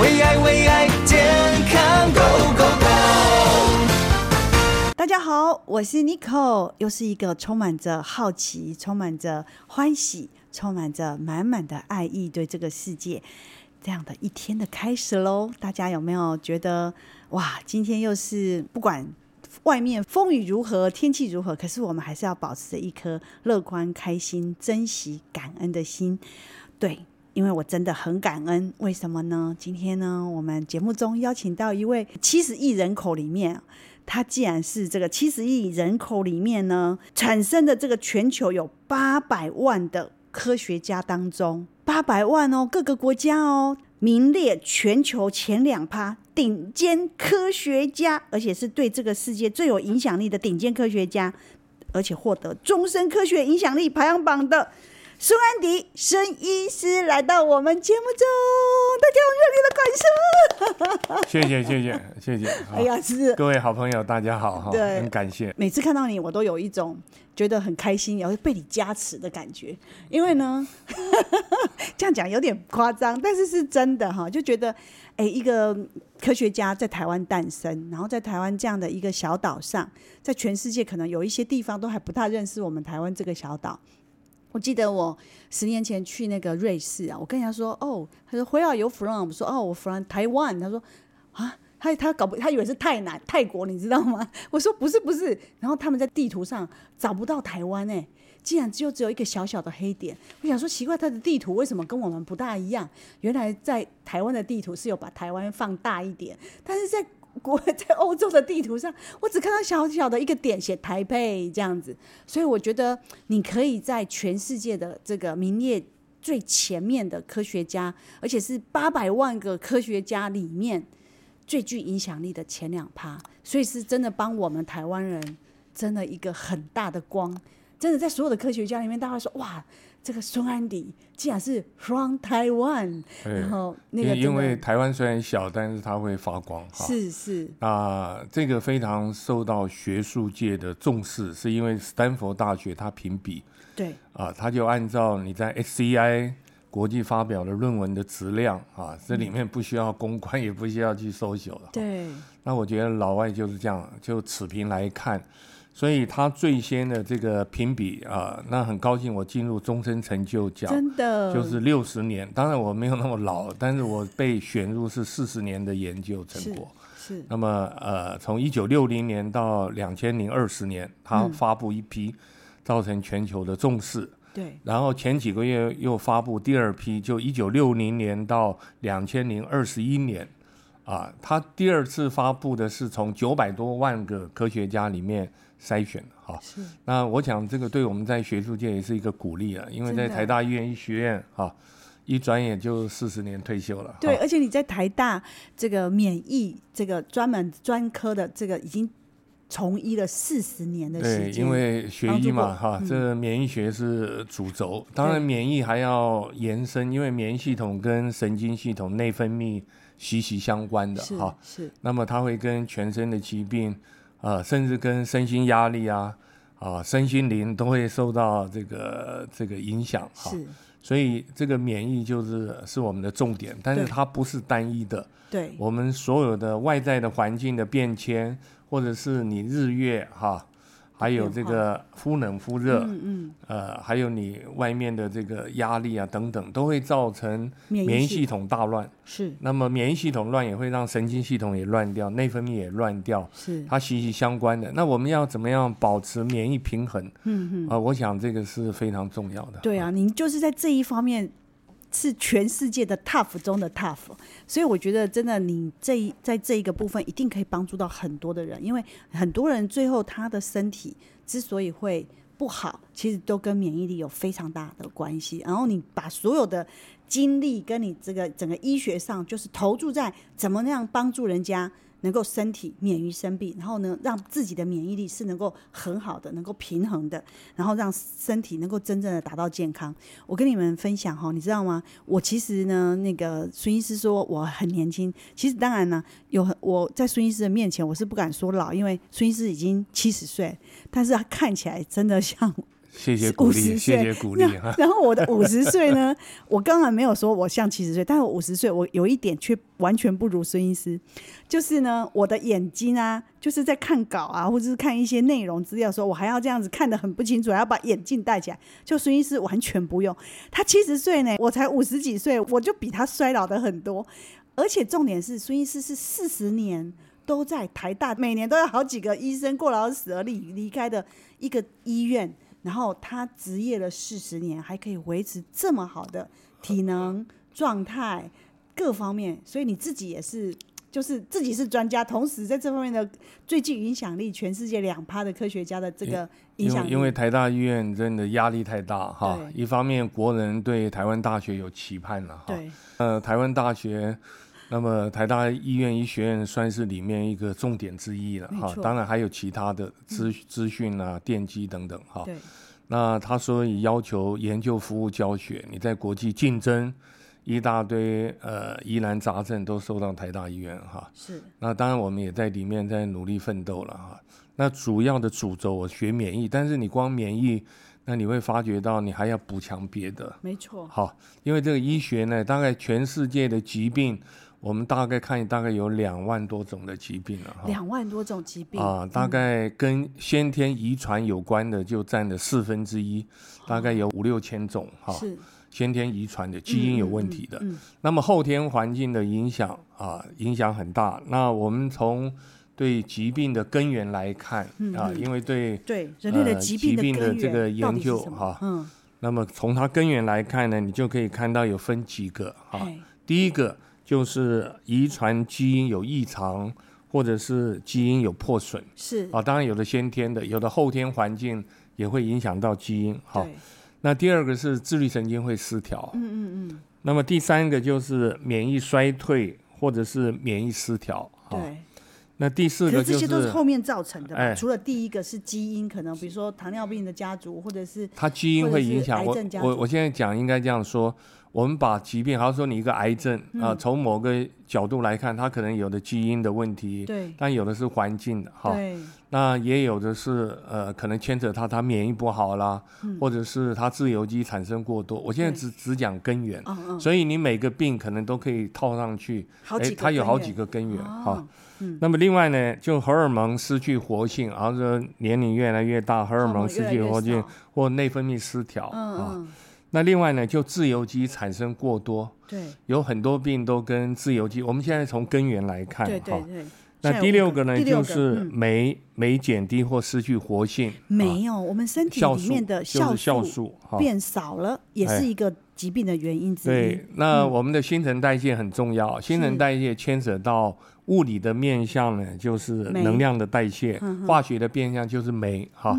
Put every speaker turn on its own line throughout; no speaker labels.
为爱为爱健康 Go Go
大家好，我是 n i c o 又是一个充满着好奇、充满着欢喜、充满着满满的爱意对这个世界这样的一天的开始喽。大家有没有觉得哇，今天又是不管外面风雨如何、天气如何，可是我们还是要保持着一颗乐观、开心、珍惜、感恩的心。对，因为我真的很感恩。为什么呢？今天呢，我们节目中邀请到一位七十亿人口里面，他既然是这个七十亿人口里面呢产生的这个全球有八百万的科学家当中，八百万哦，各个国家哦，名列全球前两趴顶尖科学家，而且是对这个世界最有影响力的顶尖科学家，而且获得终身科学影响力排行榜的。孙安迪孙医师来到我们节目中，大家用热烈的掌声！
谢谢谢 谢谢谢，好
哎呀，是
各位好朋友，大家好哈，
对
很感谢。
每次看到你，我都有一种觉得很开心，然后被你加持的感觉。因为呢， 这样讲有点夸张，但是是真的哈，就觉得哎，一个科学家在台湾诞生，然后在台湾这样的一个小岛上，在全世界可能有一些地方都还不大认识我们台湾这个小岛。我记得我十年前去那个瑞士啊，我跟人家说哦，他说 Where are you from？我说哦，我 from 台湾。他说啊，他他搞不，他以为是泰南泰国，你知道吗？ 我说不是不是，然后他们在地图上找不到台湾哎、竟然就只有一个小小的黑点。我想说奇怪，他的地图为什么跟我们不大一样？原来在台湾的地图是有把台湾放大一点，但是在国 在欧洲的地图上，我只看到小小的一个点写台北这样子，所以我觉得你可以在全世界的这个名列最前面的科学家，而且是八百万个科学家里面最具影响力的前两趴，所以是真的帮我们台湾人真的一个很大的光。真的在所有的科学家里面，大家说哇，这个孙安迪竟然是 from Taiwan，
对
然后那
因
个
因为
真的
台湾虽然小，但是它会发光哈。
是是
那这个非常受到学术界的重视，是因为斯坦福大学它评比
对
啊，它就按照你在 SCI 国际发表的论文的质量啊，这里面不需要公关，也不需要去搜求了。
对
那我觉得老外就是这样，就此评来看，所以他最先的这个评比啊、那很高兴我进入终身成就奖，
真的
就是六十年。当然我没有那么老，但是我被选入是四十年的研究成果。
是
那么呃，从一九六零年到两千零二十年，
嗯
他发布一批，造成全球的重视。
对
然后前几个月又发布第二批，就一九六零年到两千零二十一年，啊，它第二次发布的是从九百多万个科学家里面筛选的哈、
是
那我想这个对我们在学术界也是一个鼓励啊，因为在
真的
台大医院医学院哈、一转眼就四十年退休了。哈
对，而且你在台大这个免疫这个专门专科的这个已经从医了四十年的时
对，
间，
因为学医嘛，
帮助过嗯
哈，这免疫学是主轴。当然，
对
免疫还要延伸，因为免疫系统跟神经系统内分泌息息相关的
是
哈。
是
那么它会跟全身的疾病，呃，甚至跟身心压力啊，啊、身心灵都会受到这个这个影响哈。
是，
所以这个免疫就是是我们的重点，但是
对
它不是单一的。
对
我们所有的外在的环境的变迁，或者是你日月哈，还有这个忽冷忽热，
嗯嗯
呃，还有你外面的这个压力啊等等，都会造成
免疫
免疫
系
系统大乱。
是
那么免疫系统乱，也会让神经系统也乱掉，内分泌也乱掉，
是
它息息相关的。那我们要怎么样保持免疫平衡？嗯嗯，啊、我想这个是非常重要的。
对啊，您就是在这一方面是全世界的 tough 中的 tough，所以我觉得真的你这一在这一个部分一定可以帮助到很多的人，因为很多人最后他的身体之所以会不好，其实都跟免疫力有非常大的关系。然后你把所有的精力跟你这个整个医学上，就是投注在怎么样帮助人家。能够身体免于生病，然后呢，让自己的免疫力是能够很好的，能够平衡的，然后让身体能够真正的达到健康。我跟你们分享哈，你知道吗？我其实呢，那个孙医师说我很年轻，其实当然呢，有很我在孙医师的面前我是不敢说老，因为孙医师已经七十岁，但是他看起来真的像
谢谢鼓
五
励，
十
谢
岁
谢鼓励哈。
然后我的五十岁呢，我刚才没有说我像七十岁，但我五十岁，我有一点却完全不如孙医师，就是呢，我的眼睛啊，就是在看稿啊，或者是看一些内容资料的时候，我还要这样子看得很不清楚，还要把眼镜戴起来。就孙医师完全不用，他七十岁呢，我才五十几岁，我就比他衰老的很多。而且重点是，孙医师是四十年都在台大，每年都有好几个医生过劳死而离离开的一个医院，然后他执业了四十年，还可以维持这么好的体能状态各方面，所以你自己也是。就是自己是专家，同时在这方面的最具影响力，全世界两趴的科学家的这个影
因
响
为
力，
因为台大医院真的压力太大哈，
对
一方面国人对台湾大学有期盼了哈，
对
呃，台湾大学，那么台大医院医学院算是里面一个重点之一了
没
哈
错，嗯
当然还有其他的资资讯啊、电机等等哈。
对
那他所以要求研究服务教学，你在国际竞争一大堆呃疑难杂症都受到台大医院哈。
是
那当然，我们也在里面在努力奋斗了哈。那主要的主轴我学免疫，但是你光免疫，那你会发觉到你还要补强别的。
没错，
好，因为这个医学呢，大概全世界的疾病，我们大概看大概有两万多种的疾病了哈。
两万多种疾病
啊，大概跟先天遗传有关的就占了四分之一，大概有五六千种哈。
是
先天遗传的基因有问题的，
嗯嗯嗯嗯
那么后天环境的影响啊，影响很大。那我们从对疾病的根源来看、
嗯
啊，因为对
对人类的
呃
疾病
疾病的
根
这个
源到底
研
是
究
什么
哈
嗯，
那么从它根源来看呢，你就可以看到有分几个哈、
嘿
第一个就是遗传基因有异常，或者是基因有破损
是
啊。当然，有的先天的，有的后天环境也会影响到基因。哈、
对
那第二个是自律神经会失调，嗯嗯嗯。那么第三个就是免疫衰退或者是免疫失调。哈。
对，
那第四
可
个
是
就
这些都是后面造成的吧？
哎
除了第一个是基因，可能比如说糖尿病的家族，或者是
它基因会影响
或者
我
是癌症家。族
我我现在讲应该这样说：我们把疾病，好像说你一个癌症
嗯
啊、从某个角度来看，它可能有的基因的问题，
对
但有的是环境的哈，
对
那也有的是呃，可能牵扯它它免疫不好啦，或者是它自由基产生过多。我现在
嗯对
只只讲根源，
嗯嗯
所以你每个病可能都可以套上去，
好
诶
几个
它有好
根
几
源
个根源哈。
哦
那么另外呢，就荷尔蒙失去活性，然后说年龄越来越大，荷尔
荷尔
蒙
蒙
失
越来
去
越
活性
少
或内分泌失调啊。
嗯嗯
那另外呢，就自由基产生过多，
对
有很多病都跟自由基。我们现在从根源来看
对
哈
对。对。
哎那
现在
第
有
六
五
个呢，
第六
就
个
是啊
嗯
酶酶减低或失去活性，啊
没有，我们身体
酵
里
素
面的
就是
素
酵素哈。
变少了，也
哎
是一个疾病的原因之一
对。，那我们的新陈代谢很重要，新陈代谢牵扯到物理的面向呢，就是
酶
能量的代谢，化学的变相就是酶哈。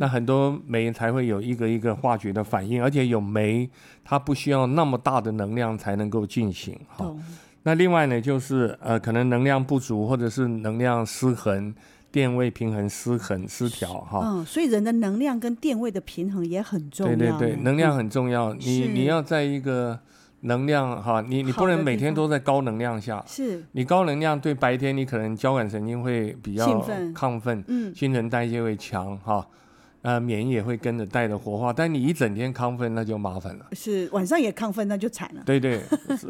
那很多酶才会有一个一个化学的反应，而且有酶，它不需要那么大的能量才能够进行哈。
懂
那另外呢，就是呃，可能能量不足或者是能量失衡。电位平衡失衡失调哈，
嗯，所以人的能量跟电位的平衡也很重要
对
呢。
对对，能量
嗯
很重要。你
是
你要在一个能量哈，你你不
好的
能每
地方
天都在高能量下。
是
你高能量对白天，你可能交感神经会比较
兴奋
亢奋，
嗯
新陈代谢会强哈，呃，免疫也会跟着带着活化。但你一整天亢奋，那就麻烦了。
是晚上也亢奋，那就惨了。
对对，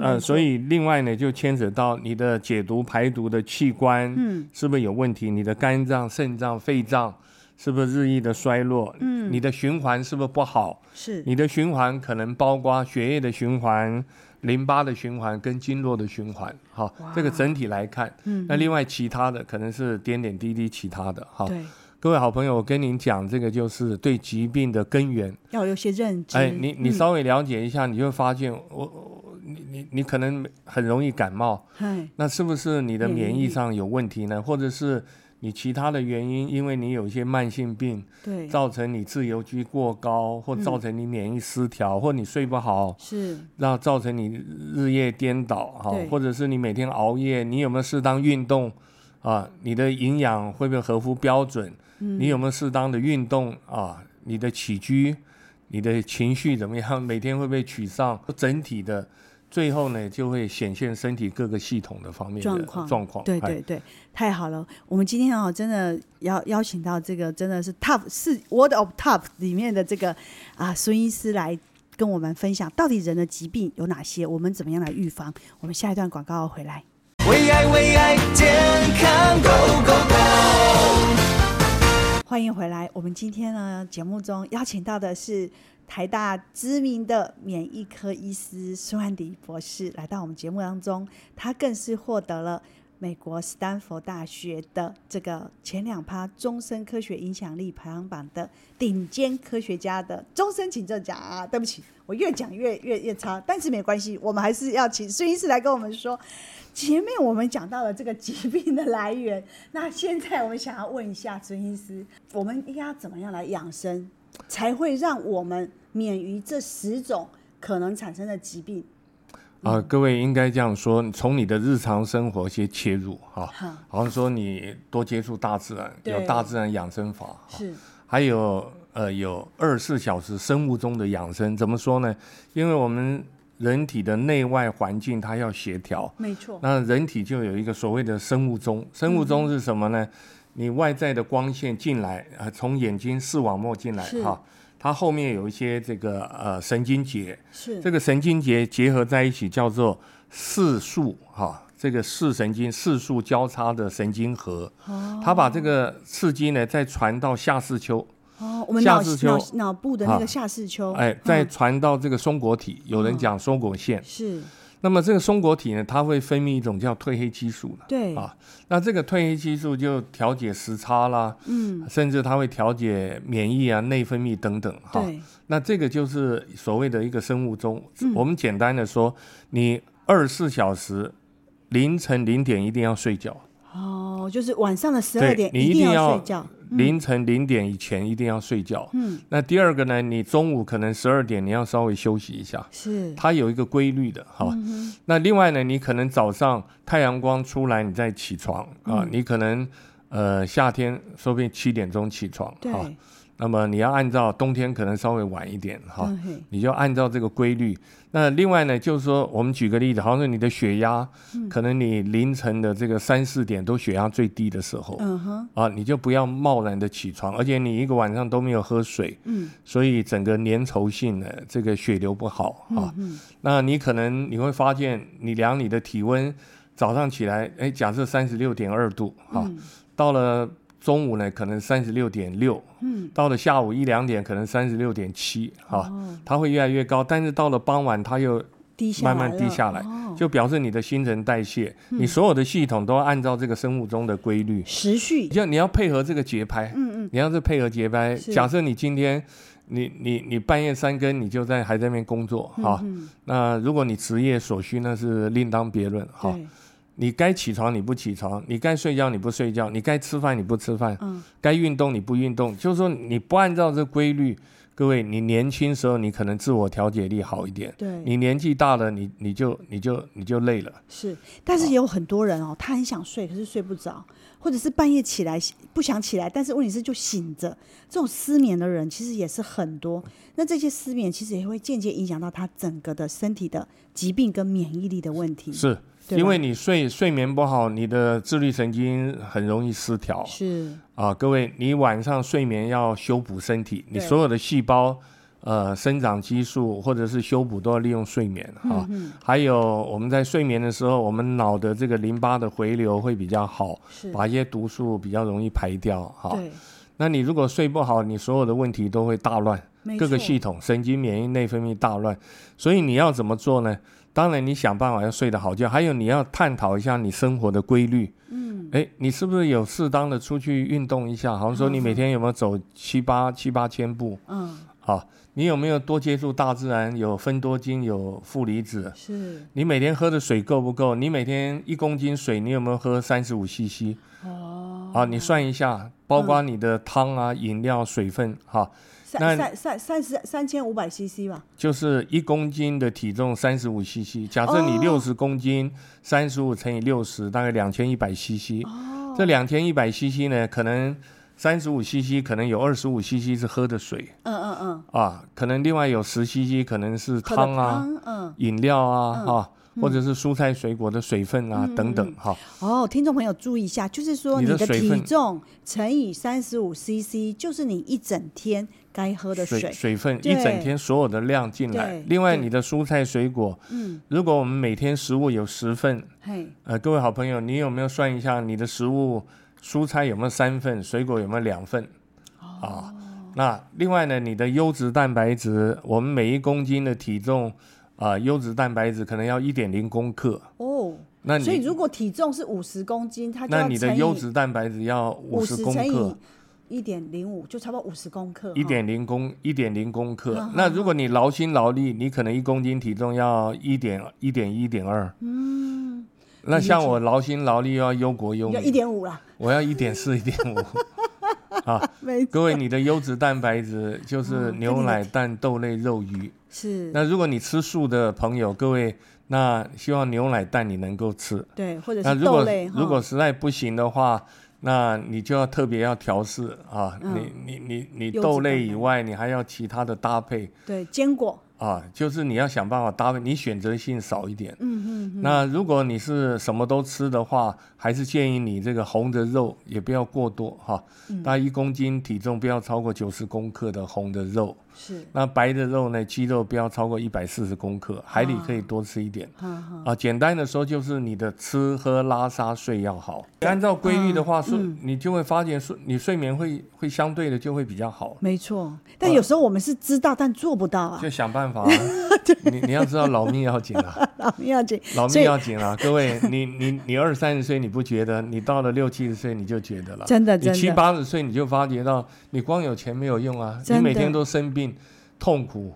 呃，所以另外呢，就牵扯到你的解毒排毒的器官，
嗯，
是不是有问题？你的肝脏、肾脏、肺脏是不是日益的衰落？嗯，你的循环是不是不好？
是
你的循环可能包括血液的循环、淋巴的循环跟经络的循环，好，这个整体来看，嗯，那另外其他的可能是点点滴滴其他的，哈。
对，
各位好朋友，我跟您讲，这个就是对疾病的根源。
要有些认知。
哎，你你
嗯
稍微了解一下，你就会发现，我我你你你可能很容易感冒，
嗨
那是不是你的
免疫
免疫
力
上有问题呢？或者是你其他的原因，因为你有一些慢性病，
对
造成你自由基过高，或
嗯
造成你免疫失调，或你睡不好，
是
那造成你日夜颠倒哈
对，
或者是你每天熬夜，你有没有适当运动啊？你的营养会不会合乎标准？
嗯
你有没有适当的运动啊？你的起居，你的情绪怎么样？每天会不会沮丧？整体的最后呢就会显现身体各个系统的方面的
状况
状况，
对
哎
对对，太好了！我们今天哦，真的邀邀请到这个真的是 Top 是 World of Top 里面的这个啊孙医师来跟我们分享，到底人的疾病有哪些，我们怎么样来预防？我们下一段广告回来。
为爱为爱健康 Go Go Go，
欢迎回来。我们今天呢，节目中邀请到的是台大知名的免疫科医师苏安迪博士来到我们节目当中，他更是获得了美国斯坦福大学的这个前两趴终身科学影响力排行榜的顶尖科学家的终身请政奖啊！对不起，我越讲越越越差，但是没关系，我们还是要请孙医师来跟我们说。前面我们讲到了这个疾病的来源， 那现在我们想要问一下孙医师，我们应该要怎么样来养生，才会让我们免于这十种可能产生的疾病？
啊、各位应该这样说，从你的日常生活先切入哈，
哈
好像说你多接触大自然，有
对
大自然养生法，哈
是
还有呃有二十四小时生物钟的养生，怎么说呢？因为我们人体的内外环境它要协调，
没错，
那人体就有一个所谓的生物钟，生物
嗯
钟是什么呢？你外在的光线进来，呃，从眼睛视网膜进来
是
哈，它后面有一些这个呃神经节，
是
这个神经节结合在一起叫做视束哈、这个视神经视束交叉的神经核，它把这个刺激呢再传到下视丘，
哦，我们脑
下视丘
脑脑部的那个
啊
下视丘，嗯
哎，再传到这个松果体，有人讲松果腺。
是
那么这个松果体呢，它会分泌一种叫褪黑激素的。
对
啊，那这个褪黑激素就调节时差啦，
嗯，
甚至它会调节免疫啊、内分泌等等哈。
对，
那这个就是所谓的一个生物钟。
嗯
我们简单的说，你二十四小时凌晨零点一定要睡觉，
哦，就是晚上的十二
对
点
你
定
定
要睡觉，
凌晨零点以前一定要睡觉。
嗯，
那第二个呢，你中午可能十二点你要稍微休息一下，
是
它有一个规律的哈。
嗯
那另外呢，你可能早上太阳光出来，你再起床啊，
嗯
你可能呃夏天说不定七点钟起床
对，
哈。那么你要按照冬天可能稍微晚一点哈
嗯嘿，
你就按照这个规律。那另外呢，就是说我们举个例子，好像是你的血压，可能你凌晨的这个三四点都血压最低的时候，
嗯哼，
啊，你就不要贸然的起床，而且你一个晚上都没有喝水，
嗯，
所以整个粘稠性呢，这个血流不好
嗯
啊。那你可能你会发现，你量你的体温，早上起来，哎，假设三十六点二度啊，
嗯
到了中午呢，可能三十六点六，嗯，到了下午一两点，可能三十六点七啊，
哦
它会越来越高，但是到了傍晚，它又
低下来
慢慢低
了
下来，
哦嗯
就表示你的新陈代谢，你所有的系统都按照这个生物钟的规律。
时序
你就你要配合这个节拍，
嗯
你要是配合节拍，
是
假设你今天你你你半夜三更你就在还在那边工作
嗯
哈、那如果你职业所需那是另当别论哈、
对
你该起床你不起床，你该睡觉你不睡觉，你该吃饭你不吃饭，
嗯
该运动你不运动，就是说你不按照这规律，各位，你年轻时候你可能自我调节力好一点，
对
你年纪大了你你就你就你就累了。
是，但
啊
是也有很多人哦，他很想睡，可是睡不着，或者是半夜起来不想起来，但是问题是就醒着。这种失眠的人其实也是很多。那这些失眠其实也会间接影响到他整个的身体的疾病跟免疫力的问题。
是，
对吧
因为你睡睡眠不好，你的自律神经很容易失调
是，
啊。各位，你晚上睡眠要修补身体，你
对
所有的细胞。呃，生长激素或者是修补都要利用睡眠啊，
嗯
还有我们在睡眠的时候，我们脑的这个淋巴的回流会比较好
是，
把一些毒素比较容易排掉哈。
对，
那你如果睡不好，你所有的问题都会大乱
没，
各个
错
系统、神经、免疫、内分泌大乱。所以你要怎么做呢？当然，你想办法要睡得好觉，还有你要探讨一下你生活的规律。嗯，哎，你是不是有适当的出去运动一下？好像说你每天有没有走七八七八千步？
嗯，
啊，你有没有多接触大自然？有分多精，有负离子。
是，
你每天喝的水够不够？你每天一公斤水，你有没有喝三十五 CC？
哦，嗯
啊，你算一下，包括你的汤啊、饮料、水分，哈、
三
那
三三三十三千五百 CC 吧，
就是一公斤的体重三十五 CC。假设
哦
你六十公斤，
哦
三十五乘以六十，大概两千一百 CC。这两千一百 CC 呢，可能三十五 CC 可能有二十五 CC 是喝的水
嗯嗯嗯，
啊，可能另外有十 CC 可能是
喝的
汤啊、
汤，嗯，嗯
饮料啊哈、或者是蔬菜水果的水分啊、等等哈、
哦，听众朋友注意一下，就是说
你的
的
水
体
分
重乘以三十五 CC，就是你一整天该喝的
水
水。
分
对
一整天所有的量进来
对。
另外，
对
你的蔬菜水果，
嗯，
如果我们每天食物有十份，
嘿，
呃，各位好朋友，你有没有算一下你的食物蔬菜有没有三份，水果有没有两份？
哦
啊，那另外呢，你的优质蛋白质，我们每一公斤的体重啊、优质蛋白质可能要一点零公克。
哦，
那
所以
你
如果体重是五十公斤，它就
那
要
你的
乘以
优质蛋白质要五十
50
公
乘
克
以。一点零五，就差不多五十公克。
一点零公一点零公
嗯
克。那如果你劳心劳力，你可能一公斤体重要一点一点一点二。嗯，那像我劳心劳力又要忧国忧
哈，要一
民，
点五啦，
我要一点四一点五。
没
各位，你的优质蛋白质就是
嗯
牛
跟你的
奶、蛋、豆类、肉、鱼。
是，
那如果你吃素的朋友，各位，那希望牛奶蛋你能够吃。
对，或者
那
是
如
豆
果
类哈。
如果实在不行的话，那你就要特别要调试啊，你你你你
嗯优质
豆类
蛋白
以外，你还要其他的搭配
对坚果，
啊，就是你要想办法搭配，你选择性少一点。
嗯嗯，
那如果你是什么都吃的话，还是建议你这个红的肉也不要过多哈，大概一公斤体重不要超过九十公克的红的肉，
是，
那白的肉呢，鸡肉不要超过一百四十公克，海里可以多吃一点。
哈哈，
啊，简单的说就是你的吃喝拉撒睡要好，按照规律的话，睡、你就会发现睡你睡眠会会相对的就会比较好，
没错。
啊
但有时候我们是知道，但做不到啊
就，想办法啊、你你要知道 老命要紧啊，
老命要紧，
老
所
命
以
要 紧啊，各位，你你你二三十岁你不觉得，你到了六七十岁你就觉得了，
真的真
你七
的
八十岁你就发觉到你光有钱没有用啊，你
真
每
的
天都生病痛苦，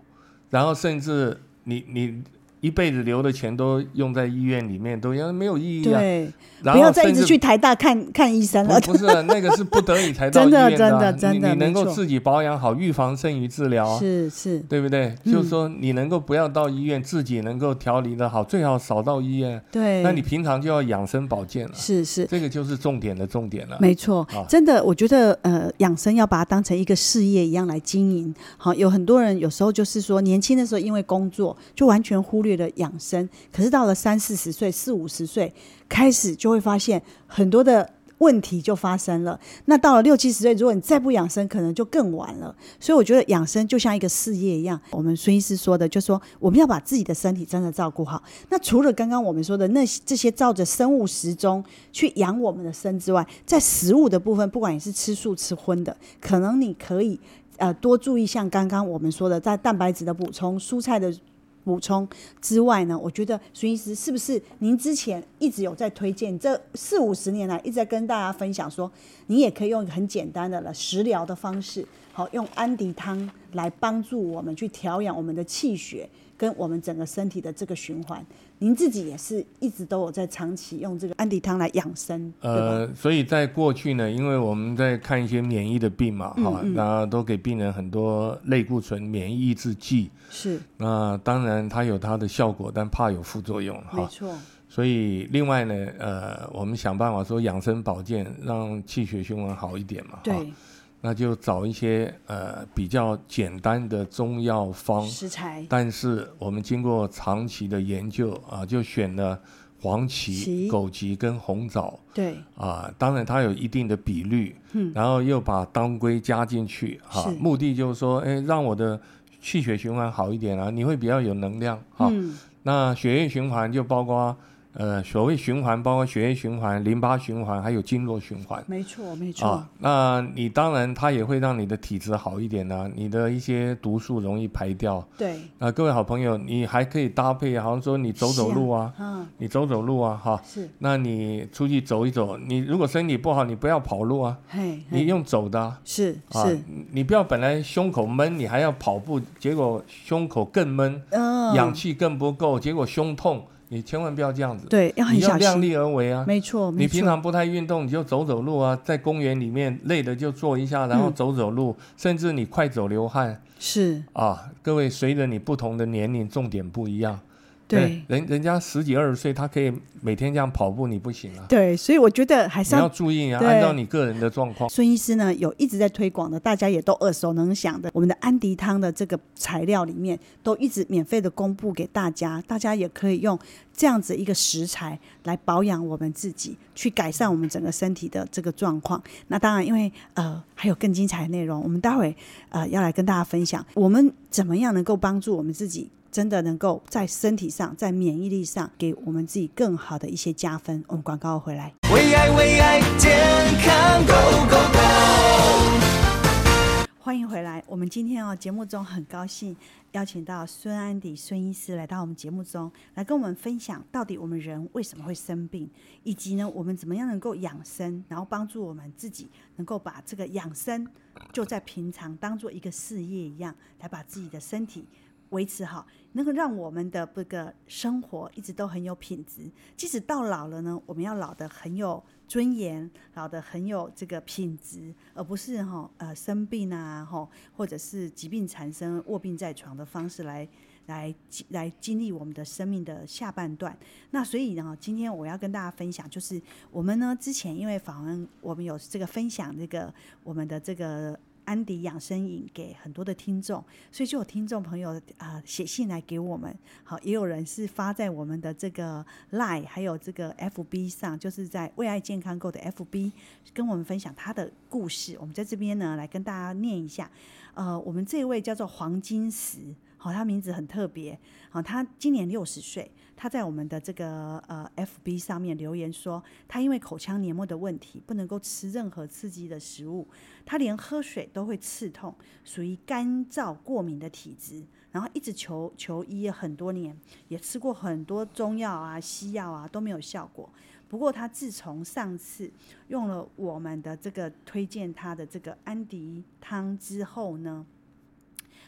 然后甚至你你一辈子留的钱都用在医院里面，都要没有意义啊。
对，
然
不
后
要再一
甚
直
至
去台大看看医生了
不。不是啊那个是不得已才到医
真的
院啊
真的真的
你你
没
能够
错
自己保养好，预防胜于治疗啊，
是嗯是，
对不对？就是说你能够不要到医院，自己能够调理的好，最好少到医院。
对，
那你平常就要养生保健了，
是是。
这个就是重点的重点了。
没错
啊，
真的，我觉得呃，养生要把它当成一个事业一样来经营。好，有很多人有时候就是说，年轻的时候因为工作就完全忽略了养生，可是到了三四十岁、四五十岁，开始就会发现很多的问题就发生了。那到了六七十岁，如果你再不养生，可能就更晚了。所以我觉得养生就像一个事业一样，我们孙医师说的，就说我们要把自己的身体真的照顾好。那除了刚刚我们说的那些这些照着生物时钟去养我们的身之外，在食物的部分，不管你是吃素吃荤的，可能你可以呃多注意像刚刚我们说的，在蛋白质的补充、蔬菜的。补充之外呢，我觉得孙医师是不是您之前一直有在推荐，这四五十年来一直在跟大家分享说，你也可以用很简单的了食疗的方式，好用安迪汤来帮助我们去调养我们的气血跟我们整个身体的这个循环。您自己也是一直都有在长期用这个安迪汤来养生，对吧？
呃，所以在过去呢，因为我们在看一些免疫的病嘛，
嗯
哈，那都给病人很多类固醇免疫抑制剂。
是，
那当然它有它的效果，但怕有副作用哈
没。错，
所以另外呢，呃，我们想办法说养生保健，让气血循环好一点嘛。哈
对，
那就找一些呃比较简单的中药方，
食材
但是我们经过长期的研究啊，就选了黄芪、
芪
枸杞跟红枣
对，
啊，当然它有一定的比率，嗯，然后又把当归加进去哈、
是
目的就是说，哎，让我的气血循环好一点啊，你会比较有能量哈、
嗯，
那血液循环就包括呃，所谓循环包括血液循环、淋巴循环，还有经络循环。
没错，没错
啊，，那你当然它也会让你的体质好一点呢、你的一些毒素容易排掉。
对，
啊，各位好朋友，你还可以搭配，好像说你走走路啊，
嗯，
你走走路啊，哈，
是，
那你出去走一走，你如果身体不好，你不要跑路啊，
嘿，
你
嘿
用走的啊，
是
啊
是，
你不要本来胸口闷，你还要跑步，结果胸口更闷，
嗯，
氧气更不够，结果胸痛，你千万不要这样子，
对，嗯要很
你要
小
量
心，
力而为啊，
没错，没
你平
错，
常不太运动，你就走走路啊，在公园里面累了就坐一下，然
嗯
后走走路，甚至你快走流汗
是
啊。各位，随着你不同的年龄，重点不一样，
对
人人家十几二十岁，他可以每天这样跑步，你不行啊，
对，所以我觉得还是
你要
要
注意啊，
对
按照你个人的状况。
哦孙医师呢有一直在推广的，大家也都耳熟能详的。我们的安迪汤的这个材料里面，都一直免费的公布给大家，大家也可以用这样子一个食材来保养我们自己，去改善我们整个身体的这个状况。那当然，因为呃还有更精彩的内容，我们待会呃要来跟大家分享，我们怎么样能够帮助我们自己。真的能够在身体上、在免疫力上给我们自己更好的一些加分。我们广告回来。
为爱为爱健康 Go Go Go，
欢迎回来。我们今天哦，节目中很高兴邀请到孙安迪孙医师来到我们节目中，来跟我们分享到底我们人为什么会生病，以及呢，我们怎么样能够养生，然后帮助我们自己能够把这个养生就在平常当做一个事业一样，来把自己的身体维持好，能够让我们的这个生活一直都很有品质。即使到老了呢，我们要老得很有尊严，老得很有这个品质，而不是哈、呃生病啊哈，或者是疾病缠身、卧病在床的方式来来经来经历我们的生命的下半段。那所以呢，今天我要跟大家分享，就是我们呢之前因为访问，我们有这个分享这个我们的这个安迪养生饮给很多的听众，所以就有听众朋友啊、呃写信来给我们，好，也有人是发在我们的这个 Line 还有这个 FB 上，就是在为爱健康购的 FB 跟我们分享他的故事。我们在这边呢来跟大家念一下，呃，我们这位叫做黄金石，好，他名字很特别，好，他今年六十岁。他在我们的这个呃 FB 上面留言说，他因为口腔黏膜的问题，不能够吃任何刺激的食物，他连喝水都会刺痛，属于干燥过敏的体质，然后一直求求医很多年，也吃过很多中药啊、西药啊都没有效果。不过他自从上次用了我们的这个推荐他的这个安迪汤之后呢，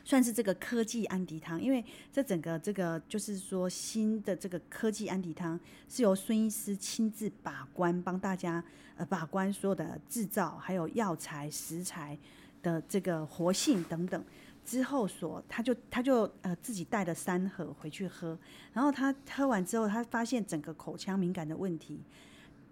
算是这个科技安迪汤，因为这整个这个就是说新的这个科技安迪汤是由孙医师亲自把关，帮大家呃把关所有的制造，还有药材、食材的这个活性等等。之后所，他就他就呃自己带了三盒回去喝，然后他喝完之后，他发现整个口腔敏感的问题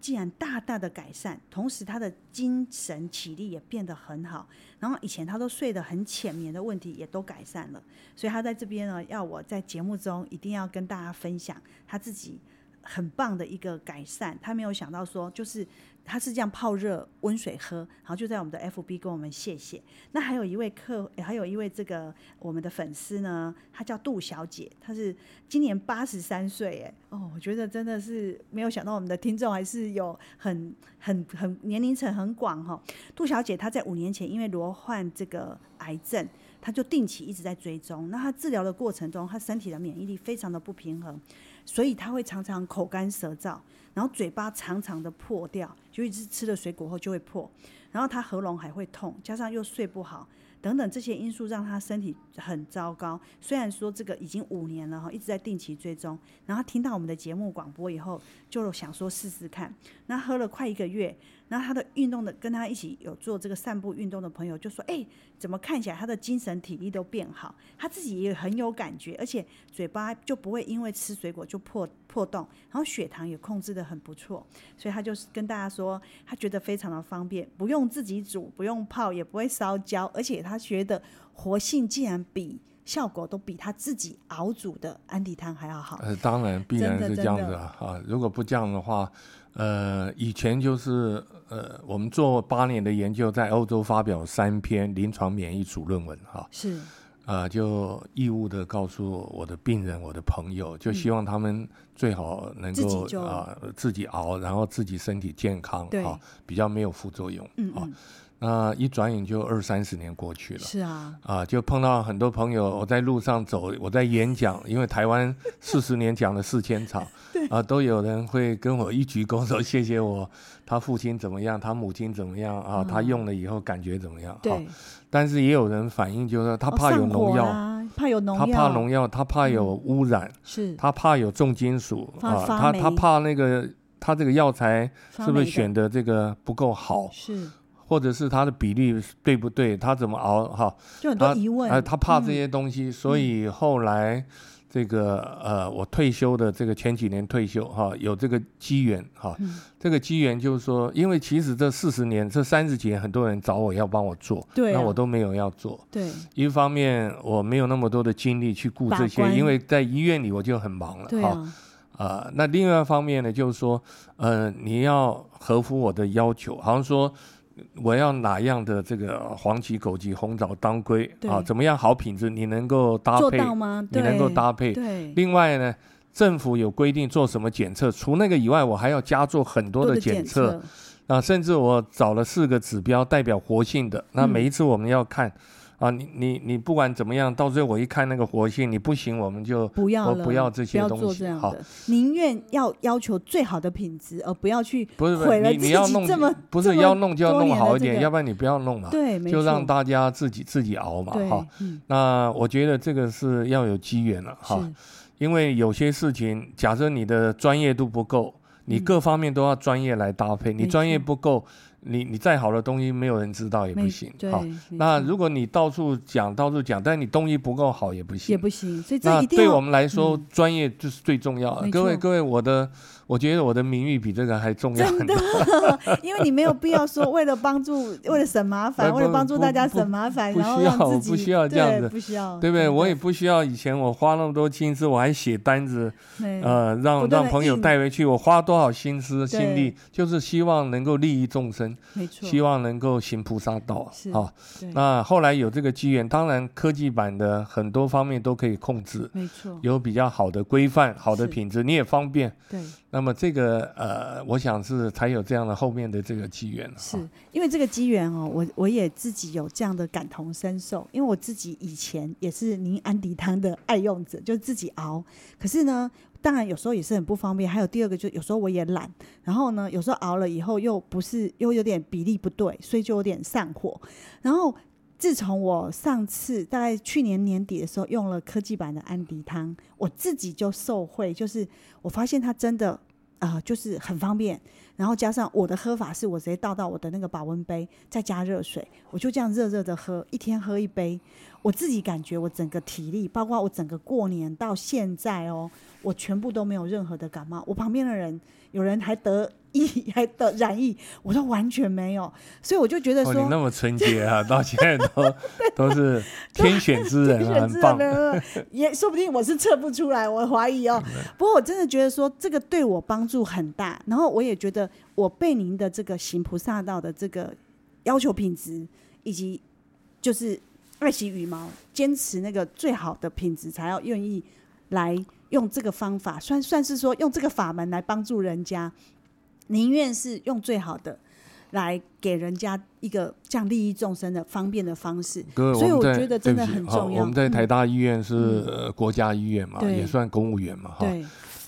竟然大大的改善，同时他的精神体力也变得很好，然后以前他都睡得很浅眠的问题也都改善了，所以他在这边呢，要我在节目中一定要跟大家分享他自己很棒的一个改善，他没有想到说就是。他是这样泡热温水喝，然后就在我们的 FB 跟我们谢谢。那还有一位客，呃还有一位这个我们的粉丝呢，她叫杜小姐，她是今年八十三岁，哎，哦，我觉得真的是没有想到我们的听众还是有很很很年龄层很广哈、杜小姐她在五年前因为罹患这个癌症，她就定期一直在追踪。那她治疗的过程中，她身体的免疫力非常的不平衡，所以她会常常口干舌燥，然后嘴巴常常的破掉，就一直吃了水果后就会破，然后她喉咙还会痛，加上又睡不好。等等这些因素让她身体很糟糕。虽然说这个已经五年了哈，一直在定期追踪，然后她听到我们的节目广播以后，就想说试试看。那喝了快一个月，然后他的运动的跟他一起有做这个散步运动的朋友就说：“哎、怎么看起来他的精神体力都变好？他自己也很有感觉，而且嘴巴就不会因为吃水果就破破洞，然后血糖也控制的很不错。所以他就是跟大家说，他觉得非常的方便，不用自己煮，不用泡，也不会烧焦，而且他觉得活性竟然比效果都比他自己熬煮的安迪汤还要好。
呃，当然必
真
然
的
是这
真
样
的
子啊啊！如果不这样的话，呃，以前就是呃，我们做八年的研究，在欧洲发表三篇临床免疫主论文哈、
是，
啊，就义务的告诉我的病人、我的朋友，就希望他们最好能
嗯自己
够
就
啊、自己熬，然后自己身体健康
对
啊，比较没有副作用
嗯
啊
嗯。
那一转眼就二三十年过去了。
是啊，
啊，就碰到很多朋友，我在路上走，我在演讲，因为台湾四十年讲了四 千场，啊，都有人会跟我一鞠躬说谢谢我，他父亲怎么样，他母亲怎么样啊，他用了以后感觉怎么样？啊
哦对，
但是也有人反映，就是说他
哦
怕有
上火
农药，
啦怕有农
他
药，
怕农药，他怕有污染，
是
他怕有重金属
怕
啊，
发
他他
霉
怕那个他这个药材
发
是不
霉
是
的
选的这个不够好，
是
或者是它的比例对不对，他怎么熬哈？哎
就很
他
多疑问嗯
哎，他怕这些东西，所以后来这个呃，我退休的这个前几年退休哈、有这个机缘哈、
嗯
这个机缘就是说，因为其实这四十年、这三十几年，很多人找我要帮我做，
对啊
那我都没有要做。
对
一方面我没有那么多的精力去顾这
把
些，
关
因为在医院里我就很忙了
对
哈。
啊，
啊、那另外一方面呢，就是说，呃，你要合乎我的要求，好像说我要哪样的这个黄芪、枸杞、红枣、当归
对
啊，怎么样好品质，你能够搭
做
配，
到吗？
你能够
对
搭配。
对，
另外呢，政府有规定做什么检测，除那个以外，我还要加做很多
多
的
的
检
检
测，
测，
啊，甚至我找了四个指标代表活性的，
嗯
那每一次我们要看。啊，你你你不管怎么样，到最后我一看那个活性，你不行，我们就
不要
我
了，
不要这些
不要
东
做
西
这样
好
的，宁愿要要求最好的品质，而不要去
不是不
毁
是，
了
你
自
你
己
要弄
这么
不是
这么
要弄就要
多
弄
年
好
的
一
这
点，
个
要不然你不要弄嘛，
对，没
就让
错
大家自己自己熬嘛
对
哈。，
嗯，
那我觉得这个是要有机缘了哈，
是
因为有些事情，假设你的专业度不够，你
嗯
各方面都要专业来搭配，你
没
专业
错
不够，你你再好的东西没有人知道也不
没
行
对
哈。，
没
那
错
如果你到处讲到处讲，但你东西不够好也不行
也。不行，所以这
那
一定
对我
要嗯
们来说，专业就是最重要的。啊
没
各位
错
各位，我的我觉得我的名誉比这个还重要很
真
多
的。，因为你没有必要说为了帮助，为了省麻烦，
不
为了帮助大家
不不
省麻烦，
不
然后
需
让
要
自
不
己
需要这样
对
子
不需要，
对不对？
真
我
的
也不需要以前我花那么多心思，我还写单子，
对
呃，
不
让
断
让
地
朋友
印
带回去。我花多少心
对
思心力，就是希望能够利益众生，
没错，
希望能够行菩萨道
是
啊。
对
那后来有这个机缘，当然科技版的很多方面都可以控制，
没错，
有比较好的规范、好
嗯
的
是
品质，你也方便。
对。
那么这个呃，我想是才有这样的后面的这个机缘。
是
啊
因为这个机缘哦，我我也自己有这样的感同身受，因为我自己以前也是您安迪汤的爱用者，就自己熬。可是呢，当然有时候也是很不方便。还有第二个，就有时候我也懒，然后呢，有时候熬了以后又不是又有点比例不对，所以就有点上火。然后自从我上次大概去年年底的时候用了科技版的安迪汤，我自己就受惠，就是我发现它真的啊、呃就是很方便。然后加上我的喝法是我直接倒到我的那个保温杯，再加热水，我就这样热热的喝，一天喝一杯。我自己感觉我整个体力，包括我整个过年到现在哦，我全部都没有任何的感冒。我旁边的人有人还得疫，还得染疫，我都完全没有，所以我就觉得
哦，
说，
你那么纯洁 啊，到现在都都是天选之人啊，
选
很
之
棒。
呢，也说不定我是测不出来，我怀疑
嗯
哦。不过我真的觉得说这个对我帮助很大，然后我也觉得我被您的这个行菩萨道的这个要求品质，以及就是爱惜羽毛，坚持那个最好的品质，才要愿意来用这个方法，算 算是说用这个法门来帮助人家，宁愿是用最好的。来给人家一个这样利益众生的方便的方式，
各位，
所以
们
我
在
觉得
对
真
不
的
起
很
哈
重要
我们在台大医院是、
嗯
呃国家医院嘛，
对
也算公务员嘛哈。
对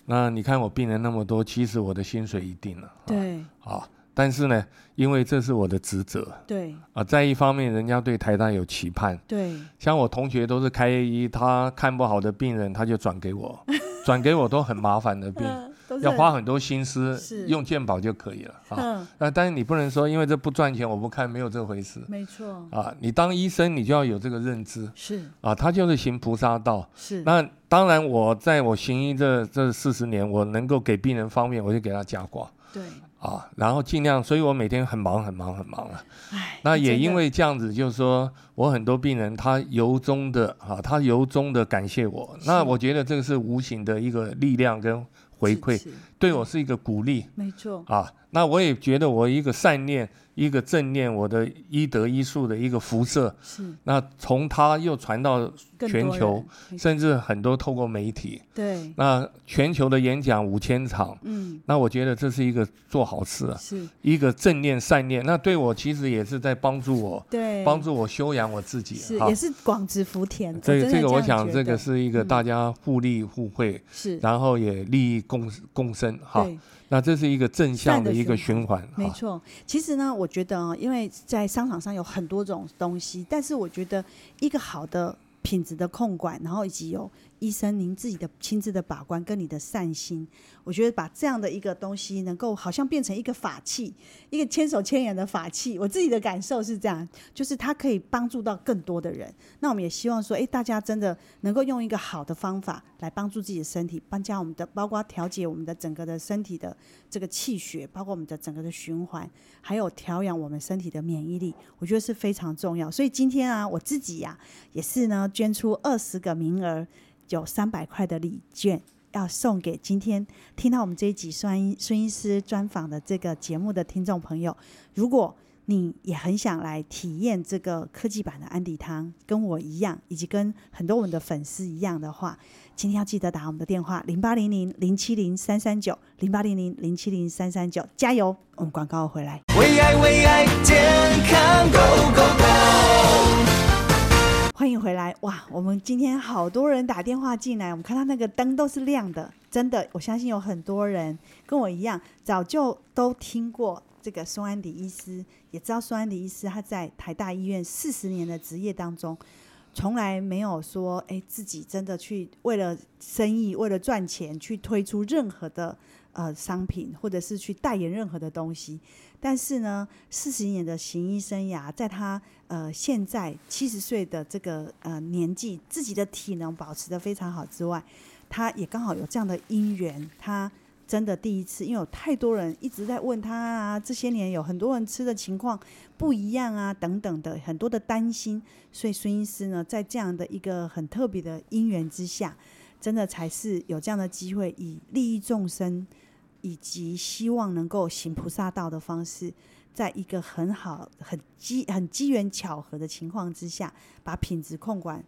那你看我病人那么多，其实我的薪水一定了
对
啊。但是呢，因为这是我的职责
对
啊，在一方面，人家对台大有期盼，
对，
像我同学都是开医，他看不好的病人，他就转给我，转给我都很麻烦的病，
嗯，都是
要花
很
很多心思
是，
用健保就可以了啊。
嗯，
那但是你不能说，因为这不赚钱，我不看，没有这回事
没错，
啊。你当医生，你就要有这个认知
是
啊，他就是行菩萨道。
是，
那当然，我在我行医这这四十年，我能够给病人方面，我就给他加挂
对，
啊，然后尽量，所以我每天很忙很忙很忙了。
哎，
那
真
也因
的
为这样子，就是说我很多病人他由衷的啊，他由衷的感谢我。那
是
我觉得这个是无形的一个力量跟回
支
馈，
持，
对我是一个鼓励
没错，
啊。那我也觉得我一个善念、一个正念，我的医德医术的一个辐射，
是
那从它又传到
更
全
多
球
人没
甚至很多透过媒体，
对，
那全球的演讲五千场。
嗯，
那我觉得这是一个做好事啊，
是
一个正念善念。那对我其实也是在帮助我，
对，
帮助我修养我自己。啊
是
哈
也是广植福田，
这
真
个
的
这个，我
样
想
觉
这个
得
是一个
嗯
大家互利互惠，
是
然后也利益共共生哈。
对，
那这是一个正向的一个循环
没
哈。
错，其实呢，我觉得啊，因为在商场上有很多种东西，但是我觉得一个好的品质的控管，然后以及有医生您自己的亲自的把关跟你的善心，我觉得把这样的一个东西能够好像变成一个法器，一个千手千眼的法器。我自己的感受是这样，就是它可以帮助到更多的人。那我们也希望说，哎，大家真的能够用一个好的方法来帮助自己的身体，帮加我们的，包括调节我们的整个的身体的这个气血，包括我们的整个的循环，还有调养我们身体的免疫力，我觉得是非常重要。所以今天啊，我自己呀、也是呢捐出二十个名额，有三百块的礼券。要送给今天听到我们这一集孙医孙医师专访的这个节目的听众朋友，如果你也很想来体验这个科技版的安迪汤，跟我一样，以及跟很多我们的粉丝一样的话，今天要记得打我们的电话零八零零零七零三三九零八零零零七零三三九，加油！我们广告回来。
为爱为爱健康 Go Go Go！
欢迎回来！哇，我们今天好多人打电话进来，我们看到那个灯都是亮的，真的，我相信有很多人跟我一样，早就都听过这个宋安迪医师，也知道宋安迪医师他在台大医院四十年的职业当中，从来没有说，哎，自己真的去为了生意、为了赚钱去推出任何的呃商品，或者是去代言任何的东西。但是呢，四十年的行医生涯，在他呃现在七十岁的这个呃年纪，自己的体能保持的非常好之外，他也刚好有这样的因缘，他真的第一次，因为有太多人一直在问他啊，这些年有很多人吃的情况不一样啊，等等的很多的担心，所以孙医师呢，在这样的一个很特别的因缘之下，真的才是有这样的机会，以利益众生以及希望能够行菩萨道的方式，在一个很好、很机、很机缘巧合的情况之下，把品质控管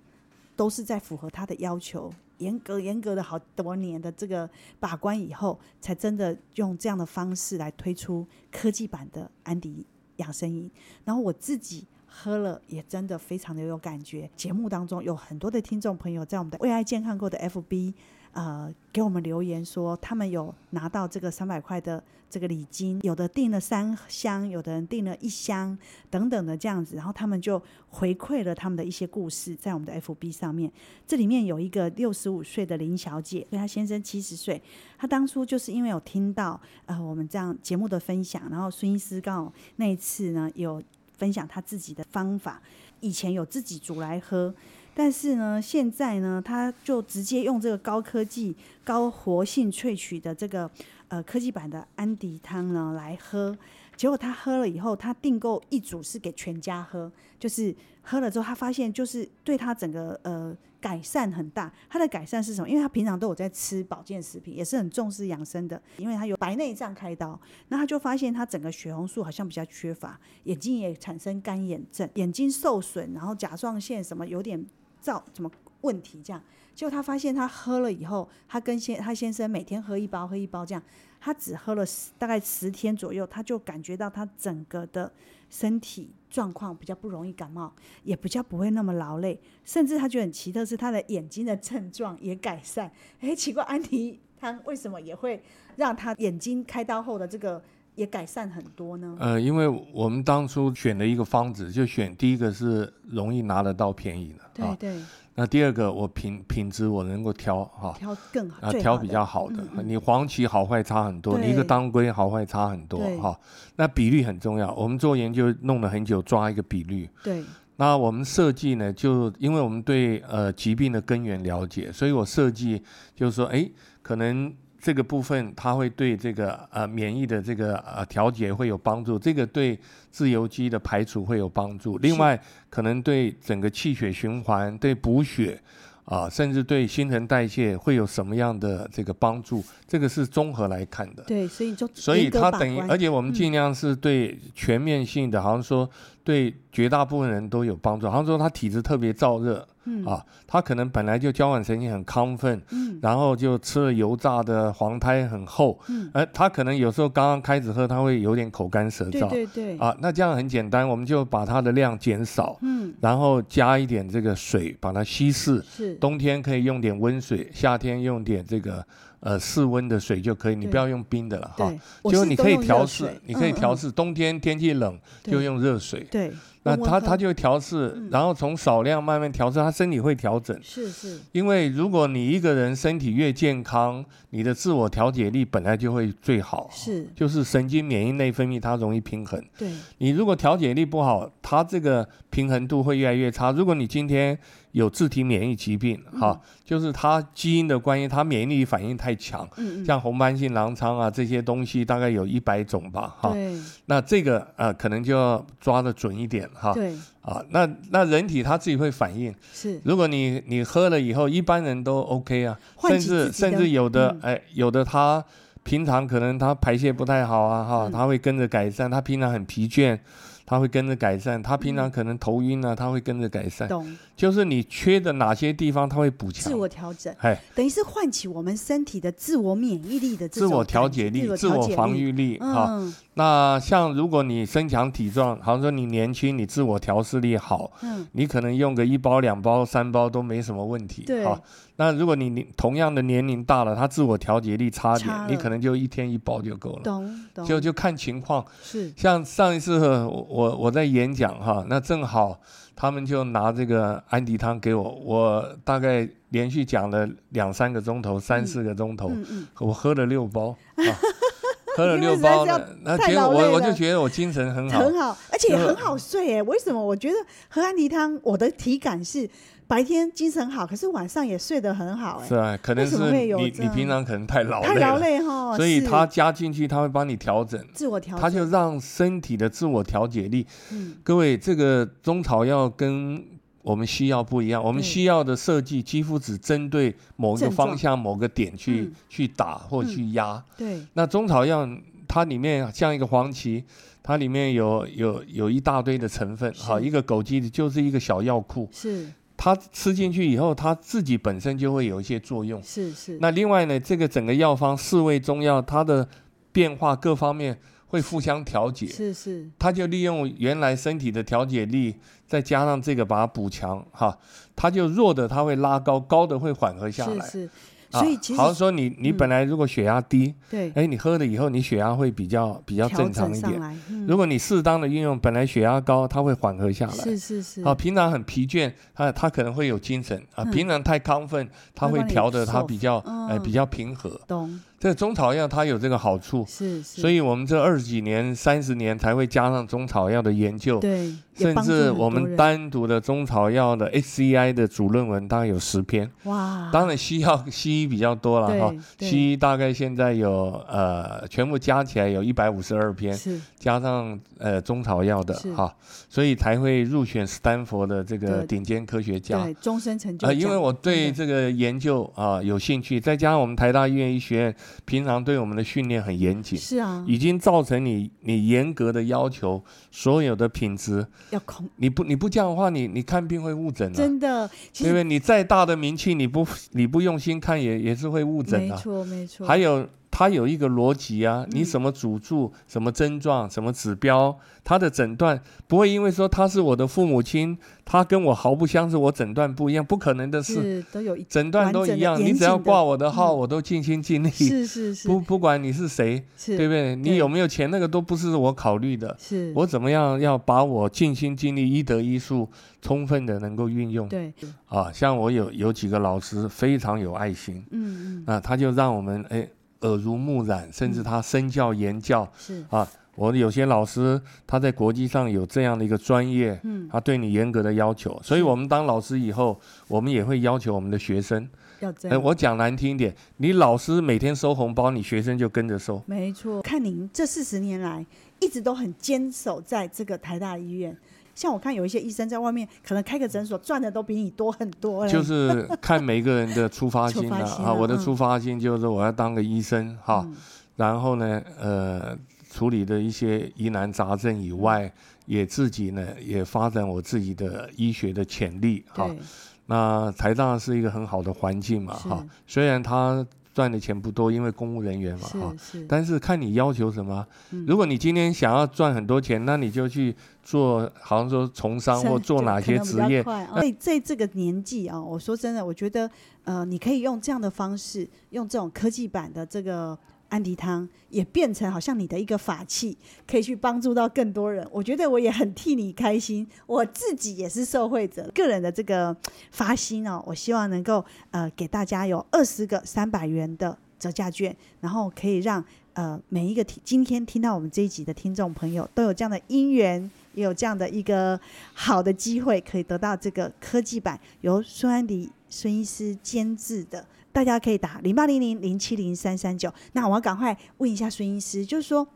都是在符合他的要求，严格严格的好多年的这个把关以后，才真的用这样的方式来推出科技版的安迪养生饮。然后我自己喝了，也真的非常的有感觉。节目当中有很多的听众朋友在我们的为爱健康购的 FB。呃，给我们留言说他们有拿到这个三百块的这个礼金，有的订了三箱，有的人订了一箱，等等的这样子，然后他们就回馈了他们的一些故事在我们的 FB 上面。这里面有一个六十五岁的林小姐，对她先生七十岁，她当初就是因为有听到呃我们这样节目的分享，然后孙医师刚好那一次呢有分享他自己的方法，以前有自己煮来喝。但是呢，现在呢，他就直接用这个高科技、高活性萃取的这个呃科技版的安迪汤呢来喝。结果他喝了以后，他订购一组是给全家喝，就是喝了之后，他发现就是对他整个呃改善很大。他的改善是什么？因为他平常都有在吃保健食品，也是很重视养生的。因为他有白内障开刀，那他就发现他整个血红素好像比较缺乏，眼睛也产生干眼症，眼睛受损，然后甲状腺什么有点造什么问题这样。结果他发现他喝了以后，他跟先他先生每天喝一包喝一包这样，他只喝了十大概十天左右，他就感觉到他整个的身体状况比较不容易感冒，也比较不会那么劳累，甚至他觉得很奇特是他的眼睛的症状也改善。哎，奇怪，安迪他为什么也会让他眼睛开刀后的这个也改善很多呢？
呃，因为我们当初选了一个方子，就选第一个是容易拿得到便宜的
对
啊，
对，
那第二个我品品质我能够挑哈。
挑更好，
啊，
最
挑
好
比
的嗯
较好的，你黄芪好坏差很多，你一个
对
当归好坏差很多
对
哈、那比率很重要，我们做研究弄了很久，抓一个比率。
对
那我们设计呢，就因为我们对呃疾病的根源了解，所以我设计就是说，哎，可能这个部分它会对这个呃免疫的这个呃调节会有帮助，这个对自由基的排除会有帮助，另外可能对整个气血循环、对补血。啊，甚至对新陈代谢会有什么样的这个帮助？这个是综合来看的。
对，所以你就
所以
严格
它
把
等于，
关嗯
而且我们尽量是对全面性的，好像说对绝大部分人都有帮助。好像说他体质特别燥热，
嗯
啊，他可能本来就交感神经很亢奋，
嗯
然后就吃了油炸的，黄胎很厚，
嗯
而他可能有时候刚刚开始喝，他会有点口干舌
对
燥，
对对，
啊，那这样很简单，我们就把它的量减少，
嗯
然后加一点这个水把它稀释，
是
冬天可以用点温水，夏天用点这个呃室温的水就可以，你
对
不要用冰的了哈。
对，我
就是你
都
可以
用热
调
水
试，你可以
嗯
调
嗯
试。冬天天气冷就
对
用热水，
对
那
问问
它
看
它就会调
嗯
试，然后从少量慢慢调试，它身体会调整。
是是，
因为如果你一个人身体越健康，你的自我调节力本来就会最好，
是
就是神经免疫内分泌它容易平衡。
对，
你如果调节力不好，它这个平衡度会越来越差。如果你今天有自体免疫疾病，哈、
嗯
就是它基因的关系，它免疫力反应太强，
嗯嗯，
像红斑性狼疮啊这些东西，大概有一百种吧，哈。
对
那这个呃，可能就要抓的准一点哈。
对
啊，那那人体它自己会反应。
是，
如果你你喝了以后，一般人都 OK 啊，
唤
甚
起
至
自己
甚
的
至有的
嗯
哎、有的他平常可能他排泄不太好啊
嗯
哈，他会跟着改善，他平常很疲倦，他会跟着改善，他平常可能头晕啊，他会跟着改
嗯
善，
懂
就是你缺的哪些地方他会补强
自，我调整，
哎，
等于是唤起我们身体的自我免疫力的这
自
种
我调
感
节力、自
自我
我
调节
防御力哈、
嗯
那像如果你身强体壮，好像说你年轻，你自我调试力好，
嗯，
你可能用个一包、两包、三包都没什么问题。
对
哈那如果你你同样的年龄大了，他自我调节力差点，
差了
你可能就一天一包就够了。
懂懂，
就就看情况，
是
像上一次呃我我我在演讲哈，那正好他们就拿这个安迪汤给我，我大概连续讲了两三个钟头，三四个钟头，
嗯嗯，
我喝了六包， 啊、喝了
因为
六
实在
包
是要
呢，那
太
结果
劳累
我我
了
就觉得我精神很好，嗯
很好，而且也
就
很好睡哎。为什么？我觉得喝安迪汤，我的体感是白天精神好，可是晚上也睡得很好哎
是。啊，可能
为什
是
么会有
你
这
你
样
平常可能太劳
太
累
劳
了，
累哈，
所以
是
它加进去，它会帮你调整，
自我调
它
整，
就让身体的自我调节力。
嗯，
各位，这个中草药跟我们西药不一样，我们
对
西药的设计几乎只针对某一个
症状
方向、某个点去
嗯
去打或去压。
对，
那中草药它里面像一个黄芪，它里面有有有一大堆的成分，好，
是
一个枸杞就是一个小药库，
是
它吃进去以后，它自己本身就会有一些作用。
是是，
那另外呢，这个整个药方四味中药，它的变化各方面会互相调节，
是是
它就利用原来身体的调节力，再加上这个把它补强，哈，它就弱的它会拉高，高的会缓和下
是
来。
是，
啊
所以其实嗯
好像说你你本来如果血压低，
对
哎、你喝了以后你血压会比较比较
调
正常
整
一
上
点。
来，嗯
如果你适当的运用，本来血压高，它会缓和下来。
是是是，
啊，平常很疲倦，他他可能会有精神啊；
嗯
平常太亢奋，他
会
会
帮你
调的他
soft，
比较哎
嗯
比较平和。
懂
这个中草药它有这个好处，
是是，
所
以
以我们这二十几年、三十年才会加上中草药的研究，
对，也
甚
帮助
至
很
我
多
们
人
单独的中草药的 HCI 的主论文大概有十篇。
哇，
当然西药 西医比较多了哈
对，对
西医大概现在有呃全部加起来有一百五十二篇，
是
加上呃中草药的
是
哈，所以才会入选斯坦福的这个
对
顶尖科学家。
对终身成就
啊，
奖，
因为我对
真的
这个研究啊、有兴趣，再加上我们台大医院医学院平常对我们的训练很严谨，
是啊，
已经造成你你严格的要求，所有的品质，
要控
你不你不这样的话，你你看病会误诊啊，
真的，其
对不
实
对？你再大的名气，你不你不用心看也也是会误诊
没
啊。
错没错，
还有它有一个逻辑
嗯
啊，你什么主注、什么症状、什么指标，它的诊断不会因为说他是我的父母亲，他跟我毫不相识，我诊断不一样，不可能的事。
是都有 一
诊断都一
完
样，
整的
你只要
严谨的嗯
挂我的号，我都尽心尽力。
是是是
不不管你是谁，
是，
对不对？你
对
有没有钱，那个都不是我考虑的。
是
我怎么样要把我尽心尽力、一得一术充分的能够运用
对，
啊？像我有有几个老师非常有爱心，
嗯嗯
那他就让我们哎耳濡目染，甚至他身教言教
是
啊。我有些老师他在国际上有这样的一个专业，
嗯
他对你严格的要求，所以我们当老师以后，我们也会要求我们的学生。
要这
哎、
样。
我讲难听一点，你老师每天收红包，你学生就跟着收。
没错，看您这四十年来一直都很坚守在这个台大医院。像我看有一些医生在外面可能开个诊所赚的都比你多很多嘞，
就是看每个人的出发
嗯 出
心了
发
啊
心啊
我的
嗯
出发心就是我要当个医生哈、
嗯
然后呢，呃，处理的一些疑难杂症以
嗯
外，也自己呢也发展我自己的医学的潜力哈、
对
那台大是一个很好的环境嘛哈、
是
虽然他赚的钱不多，因为公务人员嘛哈、
是是
但是看你要求什么啊。
嗯
如果你今天想要赚很多钱，那你就去做，好像说从商
生
或做
就
哪
可
些
能比
职
较
业
快啊在在这个年纪啊，我说真的，我觉得呃，你可以用这样的方式，用这种科技版的这个。安迪汤也变成好像你的一个法器，可以去帮助到更多人。我觉得我也很替你开心，我自己也是受惠者。个人的这个发心哦，我希望能够呃给大家有二十个三百元的折价券，然后可以让呃每一个听今天听到我们这一集的听众朋友都有这样的因缘，也有这样的一个好的机会，可以得到这个科技版由孙安迪孙医师监制的。大家可以打零八零零零七零三三九。那我要赶快问一下孙医师，就是说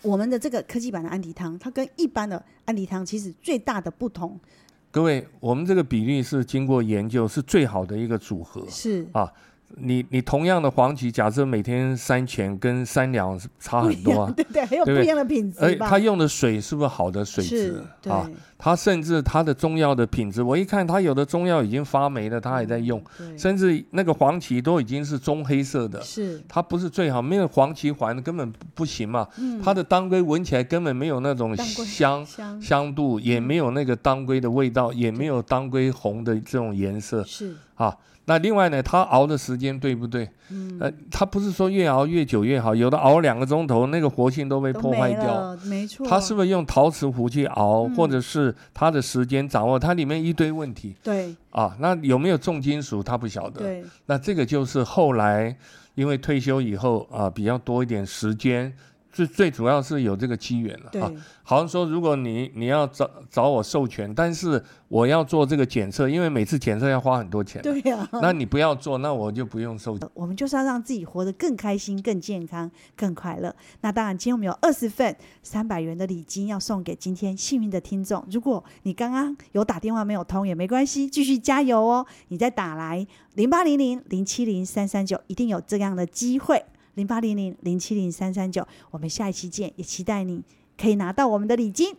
我们的这个科技版的安迪汤，它跟一般的安迪汤其实最大的不同
各位，我们这个比例是经过研究，是最好的一个组合。
是
啊，你你同样的黄芪，假设每天三钱跟三两是差很多啊，
对不对？很有
对不
不
对
一样的品
而
质
且
吧？
它用的水是不是好的水质
是对
啊？它甚至它的中药的品质，我一看它有的中药已经发霉了，它还在用，
嗯对
甚至那个黄芪都已经是棕黑色的。
是
它不是最好，没有黄芪环根本不不行嘛。
嗯
它的当归闻起来根本没有那种
当归
香
香
香度，也没有那个当归的味道，也没有当归红的这种颜色。
是
啊。那另外呢，它熬的时间对不对？嗯，呃，它不是说越熬越久越好，有的熬两个钟头，那个活性都被
都
破坏
没
掉。
了，没错，
它是不是用陶瓷壶去熬，或者是它的时间掌握？它里面一堆问题
对
啊。那有没有重金属？他不晓得。
对
那这个就是后来因为退休以后啊，比较多一点时间，最最主要是有这个机缘了啊
对。
好像说，如果你你要找找我授权，但是我要做这个检测，因为每次检测要花很多钱啊。
对呀。
那你不要做，那我就不用收。
我们就是要让自己活得更开心、更健康、更快乐。那当然，今天我们有二十份三百元的礼金要送给今天幸运的听众。如果你刚刚有打电话没有通也没关系，继续加油哦！你再打来零八零零零七零三三九，一定有这样的机会。零八零零零七零三三九，我们下一期见，也期待你可以拿到我们的礼金。